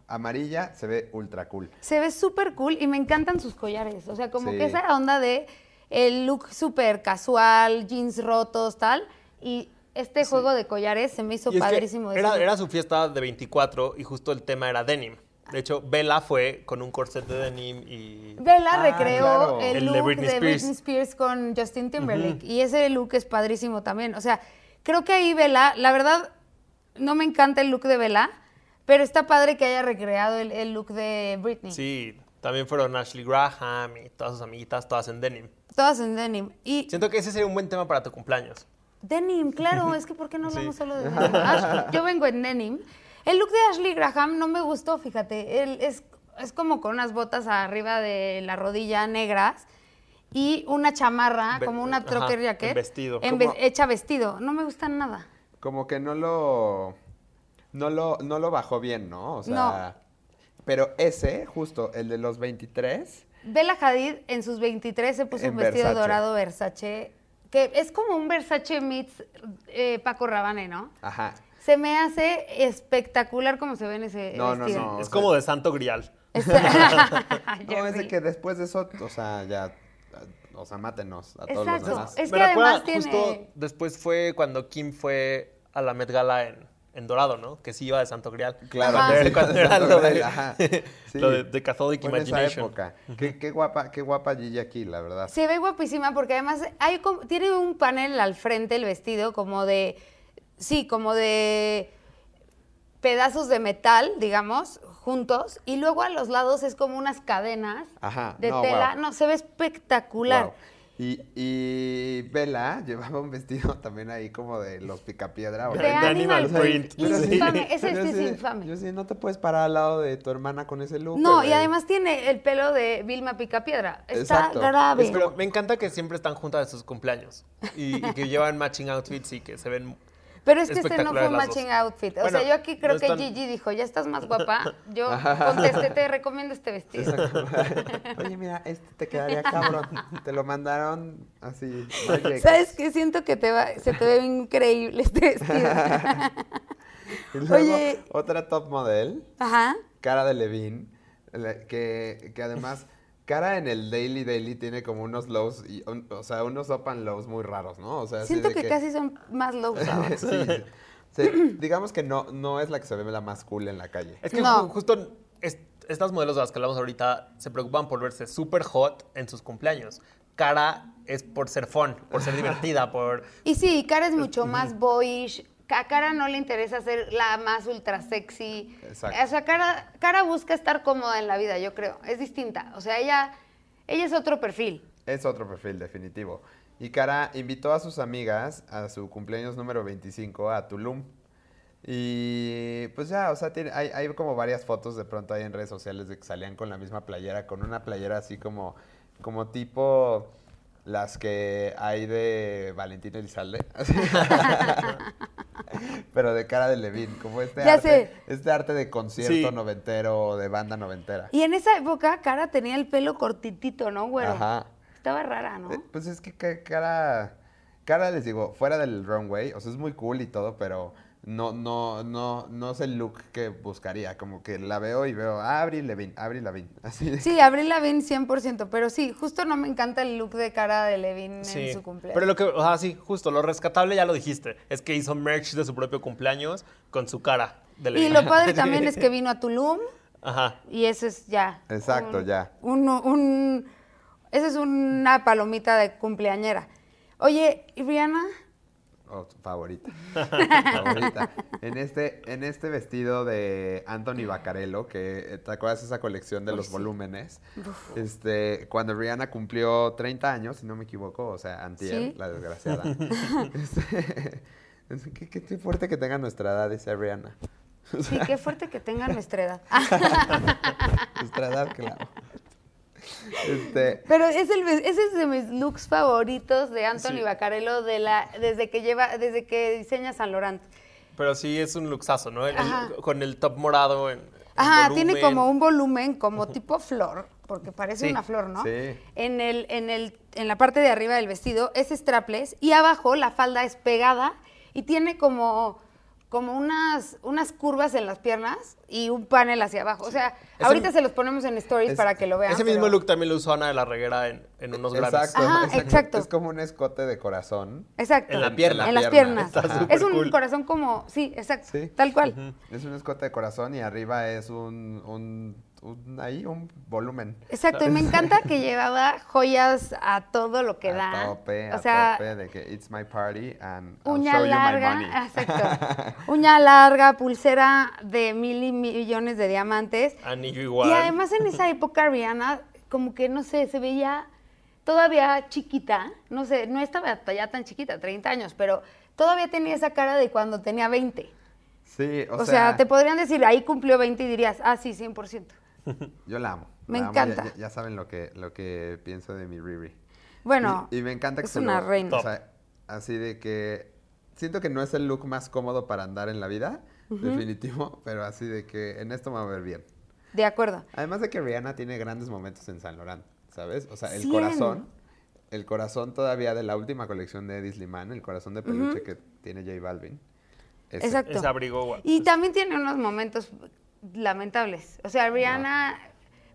Speaker 2: amarilla, se ve ultra cool.
Speaker 3: Se ve súper cool y me encantan sus collares. O sea, como
Speaker 2: Sí.
Speaker 3: que esa onda de el look súper casual, jeans rotos, tal. Y este juego de collares se me hizo
Speaker 4: Y es que
Speaker 3: padrísimo. de
Speaker 4: era,
Speaker 3: ese
Speaker 4: era
Speaker 3: look.
Speaker 4: su fiesta de 24 y justo el tema era denim. De hecho, Bella fue con un corset de denim y...
Speaker 3: Bella
Speaker 2: Ah,
Speaker 3: recreó
Speaker 2: claro.
Speaker 3: el
Speaker 4: El de
Speaker 3: look de Britney,
Speaker 4: Britney
Speaker 3: Spears.
Speaker 4: Spears.
Speaker 3: con Justin Timberlake. Y ese look es padrísimo también. O sea, creo que ahí Bella, la verdad, no me encanta el look de Bella, pero está padre que haya recreado el, el look de Britney.
Speaker 4: Sí, también fueron Ashley Graham y todas sus amiguitas, todas en denim.
Speaker 3: Todas en denim. Y
Speaker 4: Siento que ese sería un buen tema para tu cumpleaños.
Speaker 3: Denim, claro, es que ¿por qué no
Speaker 4: Sí.
Speaker 3: hablamos solo de denim? Ashley- yo vengo en denim. El look de Ashley Graham no me gustó, fíjate. Él es, es como con unas botas arriba de la rodilla negras y una chamarra,
Speaker 4: Ve-
Speaker 3: como una
Speaker 4: ajá,
Speaker 3: trucker jacket.
Speaker 4: en vestido.
Speaker 3: en ve-
Speaker 2: Como-
Speaker 3: hecha vestido. No me gusta nada.
Speaker 2: como que no lo no lo no lo bajó bien, ¿no? O sea, pero ese justo el de los 23
Speaker 3: Bella Hadid en sus 23 se puso
Speaker 2: En
Speaker 3: un vestido
Speaker 2: Versace.
Speaker 3: dorado Versace, que es como un Versace meets eh, Paco Rabanne, ¿no?
Speaker 2: Ajá.
Speaker 3: Se me hace espectacular como se ve en ese
Speaker 2: No, no,
Speaker 3: vestido. *laughs*
Speaker 2: no.
Speaker 4: es
Speaker 2: o
Speaker 4: como de santo grial.
Speaker 3: Está-
Speaker 2: *laughs*
Speaker 3: Ya
Speaker 2: No, es de
Speaker 3: vi.
Speaker 2: que después de eso, o sea, ya o sea, mátenos a todos
Speaker 3: Exacto. Eh,
Speaker 2: los demás.
Speaker 3: Es
Speaker 4: Me
Speaker 3: que además
Speaker 4: recuerda,
Speaker 3: tiene-
Speaker 4: justo después fue cuando Kim fue a la Met Gala en, en Dorado, ¿no? Que sí iba de santo grial.
Speaker 2: Claro,
Speaker 3: Ajá.
Speaker 2: que
Speaker 4: Ver
Speaker 2: sí, *laughs*
Speaker 4: cuando era
Speaker 2: Santo
Speaker 4: lo de,
Speaker 2: Grial, ajá, sí.
Speaker 4: *laughs* lo de- de Catholic
Speaker 2: Fue en esa
Speaker 4: Imagination.
Speaker 2: época. Qué, qué guapa, qué guapa Gigi aquí, la verdad.
Speaker 3: Se ve guapísima porque además hay como- tiene un panel al frente el vestido como de, sí, como de pedazos de metal, digamos, juntos, y luego a los lados es como unas cadenas
Speaker 2: Ajá,
Speaker 3: de
Speaker 2: no,
Speaker 3: tela.
Speaker 2: guau.
Speaker 3: No, se ve espectacular.
Speaker 2: Guau. Y, y Bella llevaba un vestido *laughs* también ahí como de los picapiedra.
Speaker 3: De
Speaker 2: ¿o
Speaker 4: De
Speaker 2: qué?
Speaker 4: Animal
Speaker 3: *laughs* Animal Print.
Speaker 4: Print.
Speaker 2: Pero sí,
Speaker 3: Infame, ese
Speaker 2: pero
Speaker 3: sí es
Speaker 2: sí,
Speaker 3: infame.
Speaker 2: Yo sí, no te puedes parar al lado de tu hermana con ese look.
Speaker 3: No, y
Speaker 2: güey.
Speaker 3: además tiene el pelo de Vilma Picapiedra. Está
Speaker 2: Exacto.
Speaker 3: grave.
Speaker 2: Es
Speaker 4: Pero me encanta que siempre están juntas en sus cumpleaños y, y que llevan matching outfits y que se ven...
Speaker 3: Pero es que este no
Speaker 4: espectacular
Speaker 3: fue un
Speaker 4: las dos.
Speaker 3: matching outfit. O
Speaker 4: Bueno,
Speaker 3: sea, yo aquí creo
Speaker 4: no
Speaker 3: que
Speaker 4: están-
Speaker 3: Gigi dijo, ya estás más guapa. Yo contesté, te recomiendo este vestido.
Speaker 2: Exacto. *laughs* Oye, mira, este te quedaría cabrón. *laughs* Te lo mandaron así. Magic.
Speaker 3: ¿Sabes qué? Siento que te va, se te ve increíble este vestido.
Speaker 2: Y luego,
Speaker 3: Oye.
Speaker 2: otra top model,
Speaker 3: Ajá.
Speaker 2: Cara de Levine, la- que, que además, Cara en el Daily Daily tiene como unos lows, y un- o sea, unos up and lows muy raros, ¿no? O sea, así
Speaker 3: Siento
Speaker 2: de
Speaker 3: que, casi son más low
Speaker 2: *laughs* Sí,
Speaker 3: *laughs*
Speaker 2: sí. Sí, digamos que no, no es la que se ve la más cool en la calle.
Speaker 4: Es que
Speaker 3: No.
Speaker 4: ju- justo es- estas modelos de las que hablamos ahorita se preocupan por verse súper hot en sus cumpleaños. Cara es por ser fun, por ser
Speaker 3: *laughs*
Speaker 4: divertida, por...
Speaker 3: Y sí, Cara es mucho más boyish. A Cara no le interesa ser la más ultra sexy.
Speaker 2: Exacto.
Speaker 3: O sea, Cara, Cara busca estar cómoda en la vida, yo creo. Es distinta. O sea, ella, ella es otro perfil.
Speaker 2: Es otro perfil, definitivo. Y Cara invitó a sus amigas a su cumpleaños número 25 a Tulum. Y pues ya, o sea, tiene- hay, hay como varias fotos de pronto ahí en redes sociales de que salían con la misma playera, con una playera así como, como tipo las que hay de Valentín Elizalde. *laughs* Pero de cara de Levin, como este
Speaker 3: Ya
Speaker 2: arte,
Speaker 3: sé.
Speaker 2: este arte de concierto
Speaker 4: Sí.
Speaker 2: noventero o de banda noventera.
Speaker 3: Y en esa época, Cara tenía el pelo cortitito, ¿no, güero?
Speaker 2: Ajá.
Speaker 3: Estaba rara, ¿no?
Speaker 2: Eh, Pues es que ca- cara, cara les digo, fuera del runway, o sea, es muy cool y todo, pero no, no, no, no es el look que buscaría. Como que la veo y veo, "Ah, Abril Levin, Abril Levin. *laughs* Así de-
Speaker 3: Sí, Abril Lavigne 100%, pero sí, justo no me encanta el look de cara de Levin
Speaker 4: Sí.
Speaker 3: en su cumpleaños.
Speaker 4: Pero lo que, o sea, sí, justo, lo rescatable ya lo dijiste, es que hizo merch de su propio cumpleaños con su cara. De
Speaker 3: y
Speaker 4: *laughs* Levine.
Speaker 3: lo padre también es que vino a Tulum
Speaker 4: Ajá.
Speaker 3: y eso es ya.
Speaker 2: Exacto,
Speaker 3: un-
Speaker 2: ya.
Speaker 3: Un, un- esa es una palomita de cumpleañera. Oye, ¿y Rihanna?
Speaker 2: Oh,
Speaker 3: *laughs*
Speaker 2: favorita. favorita. En este, en este vestido de Anthony Vaccarello, que eh, te acuerdas esa colección de los volúmenes. Este, cuando Rihanna
Speaker 3: *laughs*
Speaker 2: cumplió 30 años, si no me equivoco, o sea, antier,
Speaker 3: Sí.
Speaker 2: la desgraciada. Este, Qué, qué- qué fuerte que tenga nuestra edad, dice Rihanna.
Speaker 3: Sí,
Speaker 4: *laughs*
Speaker 3: qué fuerte que tengan nuestra edad. Ah,
Speaker 2: Nuestra edad, claro. Este,
Speaker 3: Pero es el, ese es de mis looks favoritos de Anthony
Speaker 4: Sí.
Speaker 3: Vaccarello de la, desde que lleva, desde que diseña San Laurent.
Speaker 4: Pero sí es un luxazo, ¿no? El- el-
Speaker 3: Ajá.
Speaker 4: con el top morado. En, en
Speaker 3: Ajá, tiene
Speaker 4: volumen.
Speaker 3: como un volumen, como tipo flor, porque parece
Speaker 4: Sí,
Speaker 3: una flor, ¿no?
Speaker 2: sí.
Speaker 3: En, el, en, el, en la parte de arriba del vestido es strapless y abajo la falda es pegada y tiene como, como unas, unas curvas en las piernas y un panel hacia abajo. O sea,
Speaker 4: Ese-
Speaker 3: ahorita se los ponemos en stories
Speaker 2: es-
Speaker 3: para que lo vean.
Speaker 4: Ese mismo
Speaker 3: pero-
Speaker 4: look también lo usó Ana de la Reguera en, en unos Grammys.
Speaker 2: exacto,
Speaker 3: Ajá, exacto.
Speaker 2: Es como un escote de corazón.
Speaker 3: Exacto.
Speaker 4: En la pierna.
Speaker 3: En las
Speaker 2: pierna.
Speaker 3: piernas.
Speaker 4: Está
Speaker 3: Es
Speaker 4: súper
Speaker 3: un
Speaker 4: cool.
Speaker 3: corazón como, sí, exacto,
Speaker 2: Sí.
Speaker 3: tal cual.
Speaker 2: Es un escote de corazón y arriba es un, un, un- ahí un volumen.
Speaker 3: Exacto,
Speaker 4: *laughs*
Speaker 3: y me encanta que llevaba joyas a todo lo que da.
Speaker 2: a tope,
Speaker 3: o
Speaker 2: a
Speaker 3: sea,
Speaker 2: tope de que it's my party and I'll
Speaker 3: uña
Speaker 2: show you my money.
Speaker 3: *laughs* larga, ah,
Speaker 2: *laughs*
Speaker 3: exacto. uña larga, pulsera de mil y millones de diamantes.
Speaker 4: Anillo igual.
Speaker 3: Y además en esa época Rihanna, como que no sé, se veía todavía chiquita, no sé, no estaba hasta ya tan chiquita, 30 años, pero todavía tenía esa cara de cuando tenía 20.
Speaker 2: Sí, o,
Speaker 3: O, sea, te podrían decir, ahí cumplió 20 y dirías, ah, sí, 100%.
Speaker 2: yo la amo.
Speaker 3: Me
Speaker 2: la amo, ya-
Speaker 3: encanta.
Speaker 2: Ya, ya saben lo que, lo que pienso de mi Riri.
Speaker 3: Bueno,
Speaker 2: y, y me encanta que
Speaker 3: es
Speaker 2: se
Speaker 3: una
Speaker 2: lo-
Speaker 3: reina.
Speaker 2: O sea, así de que siento que no es el look más cómodo para andar en la vida, definitivo, pero así de que en esto me va a ver bien.
Speaker 3: de acuerdo.
Speaker 2: Además de que Rihanna tiene grandes momentos en San Laurent, ¿sabes? O sea, el
Speaker 3: Cien.
Speaker 2: corazón, el corazón todavía de la última colección de Eddie Slimane, el corazón de peluche que tiene J Balvin. ese.
Speaker 3: Exacto.
Speaker 4: Ese abrigo igual.
Speaker 3: Y también tiene unos momentos lamentables. O sea, Rihanna,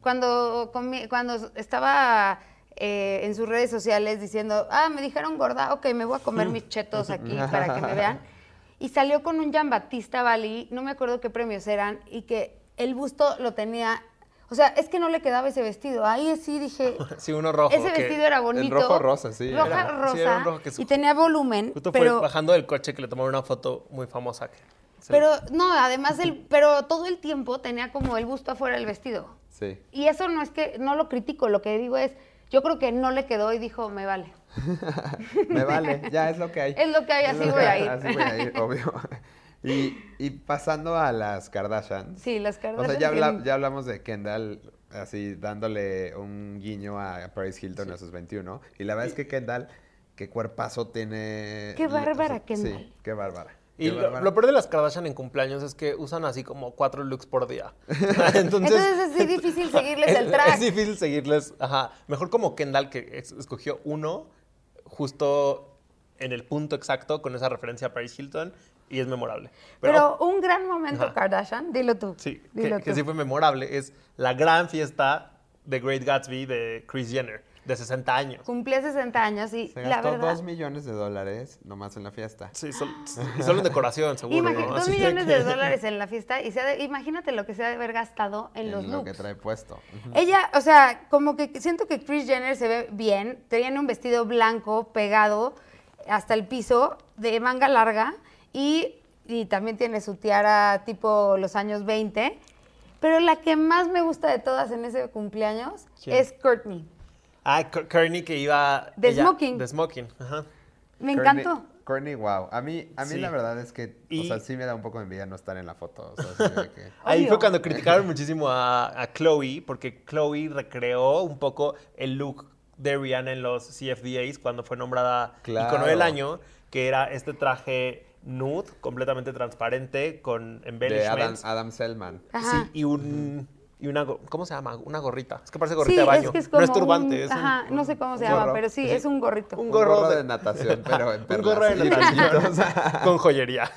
Speaker 3: cuando, comi- cuando estaba eh, en sus redes sociales diciendo, ah, me dijeron gorda, ok, me voy a comer mis chetos aquí para que me vean. Y salió con un Jean Batista Bali, no me acuerdo qué premios eran, y que el busto lo tenía. O sea, es que no le quedaba ese vestido. Ahí sí dije.
Speaker 4: Sí, uno *laughs* rojo.
Speaker 3: Ese
Speaker 4: que
Speaker 3: vestido era bonito.
Speaker 2: rojo rosa, sí.
Speaker 3: Roja,
Speaker 4: Era-
Speaker 3: rosa.
Speaker 4: sí, era un rojo que su-
Speaker 3: y tenía volumen.
Speaker 4: Justo
Speaker 3: pero...
Speaker 4: fue bajando del coche que le tomaron una foto muy famosa. que- se le-
Speaker 3: Pero no, además el, pero todo el tiempo tenía como el busto afuera del vestido.
Speaker 2: Sí.
Speaker 3: Y eso no es que no lo critico, lo que digo es, yo creo que no le quedó y dijo, me vale.
Speaker 2: Me vale, ya es lo que hay.
Speaker 3: Es lo que hay,
Speaker 2: Es
Speaker 3: así
Speaker 2: lo
Speaker 3: voy
Speaker 2: que
Speaker 3: a
Speaker 2: hay,
Speaker 3: ir.
Speaker 2: Así voy a ir, obvio. Y, y pasando a las Kardashians.
Speaker 3: Sí, las
Speaker 2: O
Speaker 3: Kardashian.
Speaker 2: sea, ya, habla-
Speaker 3: tienen-
Speaker 2: ya hablamos de Kendall así dándole un guiño a Paris Hilton a sus 21. Y la verdad es que Kendall, qué cuerpazo tiene.
Speaker 3: Qué
Speaker 2: O sea,
Speaker 3: bárbara, Kendall.
Speaker 2: Sí, qué bárbara.
Speaker 4: Y
Speaker 2: qué
Speaker 4: lo,
Speaker 2: bárbara.
Speaker 4: lo peor de las Kardashian en cumpleaños es que usan así como cuatro looks por
Speaker 3: *laughs*
Speaker 4: día. Entonces,
Speaker 3: Entonces, es
Speaker 4: *laughs*
Speaker 3: sí difícil seguirles el
Speaker 4: es-
Speaker 3: track.
Speaker 4: Es difícil seguirles. Ajá. Mejor como Kendall que es- escogió uno justo en el punto exacto con esa referencia a Paris Hilton y es memorable.
Speaker 3: pero, un gran momento,
Speaker 4: Ajá.
Speaker 3: Kardashian, dilo tú.
Speaker 4: Sí,
Speaker 3: dilo
Speaker 4: que, que
Speaker 3: tú.
Speaker 4: sí fue memorable. Es la gran fiesta de Great Gatsby de Chris Jenner, de 60 años.
Speaker 3: Cumplía 60 años y
Speaker 2: Se
Speaker 3: la
Speaker 2: gastó
Speaker 3: verdad...
Speaker 2: 2 millones de dólares nomás en la fiesta.
Speaker 4: Sí, sol- y solo en decoración, seguro.
Speaker 3: Imagínate,
Speaker 4: ¿no?
Speaker 3: dos
Speaker 4: Así
Speaker 3: millones
Speaker 4: que-
Speaker 3: de dólares en la fiesta y se ha de- imagínate lo que se ha de haber gastado en, los
Speaker 2: lo
Speaker 3: looks.
Speaker 2: que trae puesto.
Speaker 3: Ella, o sea, como que siento que Chris Jenner se ve bien. Tiene un vestido blanco pegado hasta el piso, de manga larga, y, y también tiene su tiara tipo los años 20. Pero la que más me gusta de todas en ese cumpleaños
Speaker 4: ¿Quién?
Speaker 3: es Courtney.
Speaker 4: Ah, K- Kearney que iba.
Speaker 3: De
Speaker 4: ella-
Speaker 3: smoking.
Speaker 4: De smoking, ajá.
Speaker 3: Me
Speaker 2: Kourtney-
Speaker 3: encantó.
Speaker 2: Kourtney, wow. A mí, a mí
Speaker 4: Sí.
Speaker 2: la verdad es que, o
Speaker 4: Y-
Speaker 2: sea, sí me da un poco de envidia no estar en la foto. O sea, así de
Speaker 4: *laughs*
Speaker 2: que-
Speaker 4: Ahí
Speaker 3: Obvio.
Speaker 4: fue cuando criticaron muchísimo a, Chloe, porque Chloe recreó un poco el look de Rihanna en los CFDAs cuando fue nombrada
Speaker 2: Claro.
Speaker 4: icono del año, que era este traje nude, completamente transparente, con
Speaker 2: de Adam,
Speaker 4: embellishments.
Speaker 2: Adam Selman.
Speaker 3: Ajá.
Speaker 4: Sí, y un. Y una, go- ¿Cómo se llama? Una gorrita. Es que parece gorrita
Speaker 3: sí,
Speaker 4: de baño.
Speaker 3: es que es
Speaker 4: no
Speaker 3: como
Speaker 4: es turbante.
Speaker 3: un-
Speaker 4: es un-
Speaker 3: ajá, no sé cómo se
Speaker 2: un
Speaker 3: llama,
Speaker 2: gorro.
Speaker 3: pero sí, es un gorrito.
Speaker 4: Un
Speaker 2: Un
Speaker 4: gorro
Speaker 2: gorro,
Speaker 4: de-
Speaker 2: de natación, pero
Speaker 4: *laughs*
Speaker 2: en
Speaker 4: un
Speaker 2: perlas
Speaker 4: gorro de
Speaker 2: y
Speaker 4: natación
Speaker 2: brillitos.
Speaker 4: *laughs* con joyería.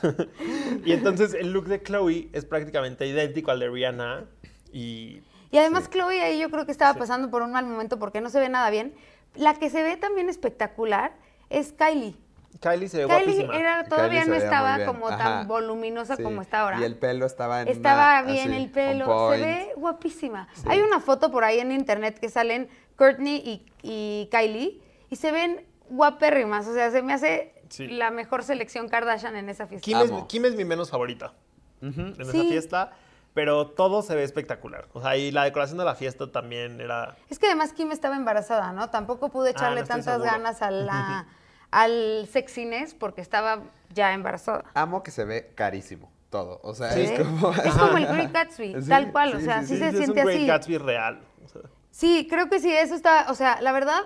Speaker 4: y entonces el look de Chloe es prácticamente idéntico al de Rihanna y
Speaker 3: Y además Chloe ahí yo creo que estaba pasando por un mal momento porque no se ve nada bien. La que se ve también espectacular es Kylie.
Speaker 4: Kylie se ve
Speaker 3: Kylie
Speaker 4: guapísima.
Speaker 3: era, todavía
Speaker 2: *laughs* Kylie se
Speaker 3: no
Speaker 2: veía muy
Speaker 3: estaba
Speaker 2: bien.
Speaker 3: como
Speaker 2: Ajá.
Speaker 3: tan voluminosa
Speaker 2: Sí.
Speaker 3: como está ahora.
Speaker 2: Y el pelo estaba en
Speaker 3: Estaba
Speaker 2: una-
Speaker 3: bien
Speaker 2: así,
Speaker 3: el
Speaker 2: on
Speaker 3: pelo, se
Speaker 2: point.
Speaker 3: ve guapísima. Hay una foto por ahí en internet que salen Courtney y, y Kylie y se ven guapérrimas, o sea, se me hace
Speaker 4: Sí.
Speaker 3: la mejor selección Kardashian en esa fiesta.
Speaker 4: Kim es,
Speaker 2: Amo.
Speaker 4: Kim es mi menos favorita en esa
Speaker 3: Sí.
Speaker 4: fiesta, pero todo se ve espectacular. O sea, y la decoración de la fiesta también era...
Speaker 3: Es que además Kim estaba embarazada, ¿no? Tampoco pude
Speaker 4: Ah,
Speaker 3: echarle
Speaker 4: no estoy
Speaker 3: tantas
Speaker 4: seguro. *laughs*
Speaker 3: ganas a la, al sexiness porque estaba ya embarazada.
Speaker 2: Amo que se ve carísimo todo. O sea,
Speaker 3: Sí.
Speaker 2: es como.
Speaker 3: Es como
Speaker 2: *laughs*
Speaker 3: el Great Gatsby,
Speaker 2: Sí,
Speaker 3: tal cual, o
Speaker 2: sí,
Speaker 3: sea,
Speaker 2: sí,
Speaker 3: sí,
Speaker 2: sí,
Speaker 3: se
Speaker 4: es
Speaker 3: siente
Speaker 4: un
Speaker 3: así.
Speaker 4: Great Gatsby real. o sea.
Speaker 3: Sí, creo que sí, eso está, o sea, la verdad,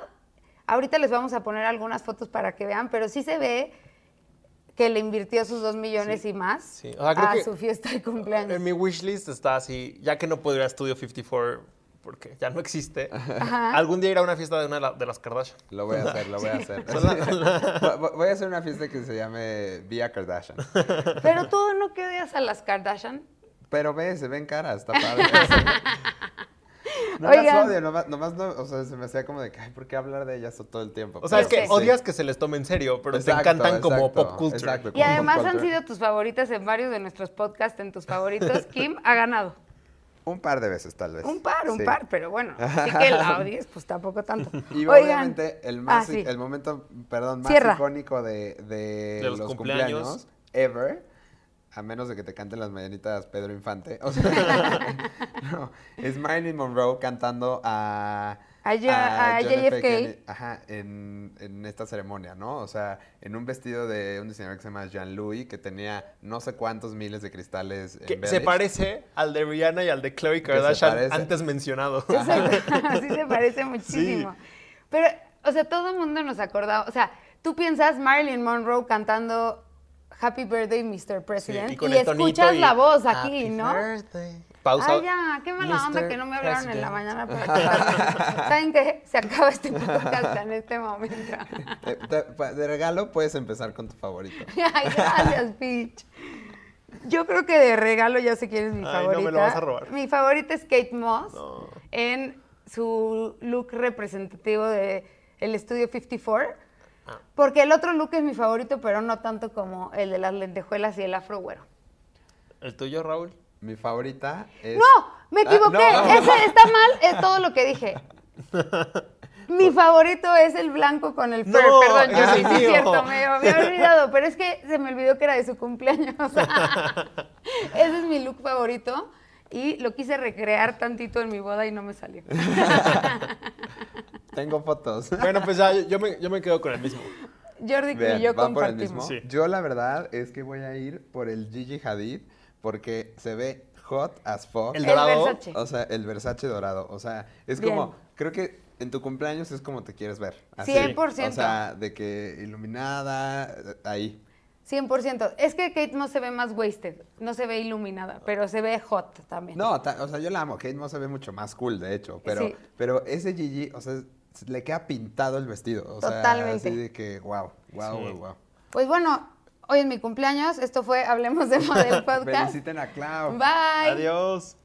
Speaker 3: ahorita les vamos a poner algunas fotos para que vean, pero sí se ve que le invirtió sus dos millones y más
Speaker 4: Sí, o sea, creo
Speaker 3: a
Speaker 4: que-
Speaker 3: su fiesta de
Speaker 4: En
Speaker 3: cumpleaños.
Speaker 4: mi wishlist está así, ya que no puedo ir a Studio 54 porque ya no existe,
Speaker 3: Ajá.
Speaker 4: algún día ir a una fiesta de una de, la- de las Kardashian.
Speaker 2: Lo voy a hacer, lo voy a
Speaker 4: *laughs*
Speaker 2: hacer. *laughs*
Speaker 4: Son la- son
Speaker 2: Vo- voy a hacer una fiesta que se llame Via Kardashian.
Speaker 3: Pero tú no que odias a las Kardashian.
Speaker 2: Pero ve, se ven caras,
Speaker 4: *laughs*
Speaker 2: está padre. No
Speaker 3: Oigan.
Speaker 2: las odio, nomás, nomás no, o sea, se me hacía como de que, ay, ¿por qué hablar de ellas todo el tiempo?
Speaker 4: O sea, es
Speaker 3: Yo
Speaker 4: que
Speaker 3: sé.
Speaker 2: Sí.
Speaker 4: odias que se les tome en serio, pero
Speaker 2: Exacto,
Speaker 4: te encantan como
Speaker 2: exacto,
Speaker 4: pop culture.
Speaker 2: exacto,
Speaker 3: Y
Speaker 2: como
Speaker 3: además
Speaker 2: pop
Speaker 3: han
Speaker 2: culture.
Speaker 3: sido tus favoritas en varios de nuestros podcasts, en
Speaker 4: *laughs*
Speaker 3: tus favoritos. Kim ha ganado.
Speaker 2: Un par de veces, tal vez.
Speaker 3: Un par, un
Speaker 2: Sí.
Speaker 3: par, pero bueno, así
Speaker 4: *laughs*
Speaker 3: que la odies, pues tampoco tanto.
Speaker 2: Y
Speaker 3: Oigan.
Speaker 2: obviamente el, más,
Speaker 3: Ah, sí.
Speaker 2: el momento, perdón, más
Speaker 3: Cierra.
Speaker 2: icónico de, de
Speaker 4: De
Speaker 2: los,
Speaker 4: los
Speaker 2: cumpleaños.
Speaker 4: cumpleaños.
Speaker 2: ever, a menos de que te canten las mañanitas Pedro Infante, o
Speaker 3: *laughs*
Speaker 2: sea, no, es Marilyn Monroe cantando a...
Speaker 3: A Yo- a
Speaker 2: John F.
Speaker 3: JFK.
Speaker 2: Kennedy, ajá, en, en esta ceremonia, ¿no? O sea, en un vestido de un diseñador que se llama Jean-Louis, que tenía no sé cuántos miles de cristales. en
Speaker 4: Que se
Speaker 2: Vélez.
Speaker 4: parece al de Rihanna y al de Chloe
Speaker 2: se
Speaker 4: Kardashian
Speaker 2: parece.
Speaker 4: antes mencionado.
Speaker 3: *laughs*
Speaker 4: *laughs*
Speaker 3: Así se parece muchísimo. Pero, o sea, todo el mundo nos acordaba. O sea, tú piensas Marilyn Monroe cantando Happy Birthday, Mr. President, ¿eh? y,
Speaker 4: con el tonito
Speaker 3: escuchas
Speaker 4: y-
Speaker 3: la voz aquí,
Speaker 4: Happy
Speaker 3: ¿no?
Speaker 4: birthday. Pausa.
Speaker 3: Ay, ya, qué mala onda
Speaker 4: Mr.
Speaker 3: que no me hablaron en la
Speaker 4: President.
Speaker 3: mañana
Speaker 4: *laughs*
Speaker 3: para cantarlo. ¿Saben qué? Se acaba este podcast en este momento.
Speaker 2: Eh, *laughs* te- pa- de regalo puedes empezar con tu favorito.
Speaker 3: *laughs* Ay, gracias, Peach. Yo creo que de regalo ya sé quién es mi
Speaker 4: Ay, no me
Speaker 3: favorita.
Speaker 4: lo vas a robar.
Speaker 3: Mi favorita es Kate Moss
Speaker 4: No.
Speaker 3: en su look representativo de el estudio 54.
Speaker 4: Ah.
Speaker 3: Porque el otro look es mi favorito, pero no tanto como el de las lentejuelas y el afro güero.
Speaker 4: ¿El tuyo, Raúl?
Speaker 2: Mi favorita es...
Speaker 3: ¡No! ¡Me
Speaker 2: Ah,
Speaker 3: equivoqué!
Speaker 2: no, no, no.
Speaker 3: Ese está mal, es todo lo que dije. Mi favorito es el blanco con el fur.
Speaker 4: No,
Speaker 3: Perdón, yo
Speaker 2: ah,
Speaker 4: es
Speaker 3: sí,
Speaker 4: el
Speaker 3: sí es
Speaker 4: mío.
Speaker 3: cierto,
Speaker 2: *laughs*
Speaker 3: me había olvidado, pero es que se me olvidó que era de su cumpleaños. *laughs* Ese es mi look favorito y lo quise recrear tantito en mi boda y no me salió.
Speaker 2: *laughs* Tengo fotos.
Speaker 4: Bueno, pues ya, yo me, yo me quedo con el mismo.
Speaker 3: Jordi
Speaker 2: Vean,
Speaker 3: y yo
Speaker 2: ¿van por el mismo?
Speaker 3: compartimos.
Speaker 4: Sí.
Speaker 2: Yo la verdad es que voy a ir por el Gigi Hadid porque se ve hot as fuck.
Speaker 4: El
Speaker 3: El
Speaker 4: dorado.
Speaker 3: Versace.
Speaker 2: O sea, el Versace dorado. O sea, es
Speaker 3: Bien.
Speaker 2: como, creo que en tu cumpleaños es como te quieres ver.
Speaker 3: 100%.
Speaker 2: O sea, de que iluminada, eh, ahí.
Speaker 3: 100%. Es que Kate no se ve más wasted, no se ve iluminada, pero se ve hot también.
Speaker 2: No, ta- o sea, yo la amo. Kate Moss se ve mucho más cool, de hecho. Pero,
Speaker 3: Sí.
Speaker 2: pero ese Gigi, o sea, es- le queda pintado el vestido. O
Speaker 3: Totalmente.
Speaker 2: sea, así de que, wow, wow,
Speaker 4: Sí.
Speaker 2: wow, wow.
Speaker 3: Pues bueno, hoy es mi cumpleaños, esto fue Hablemos de Moda el podcast.
Speaker 2: Feliciten a Clau.
Speaker 3: Bye.
Speaker 4: Adiós.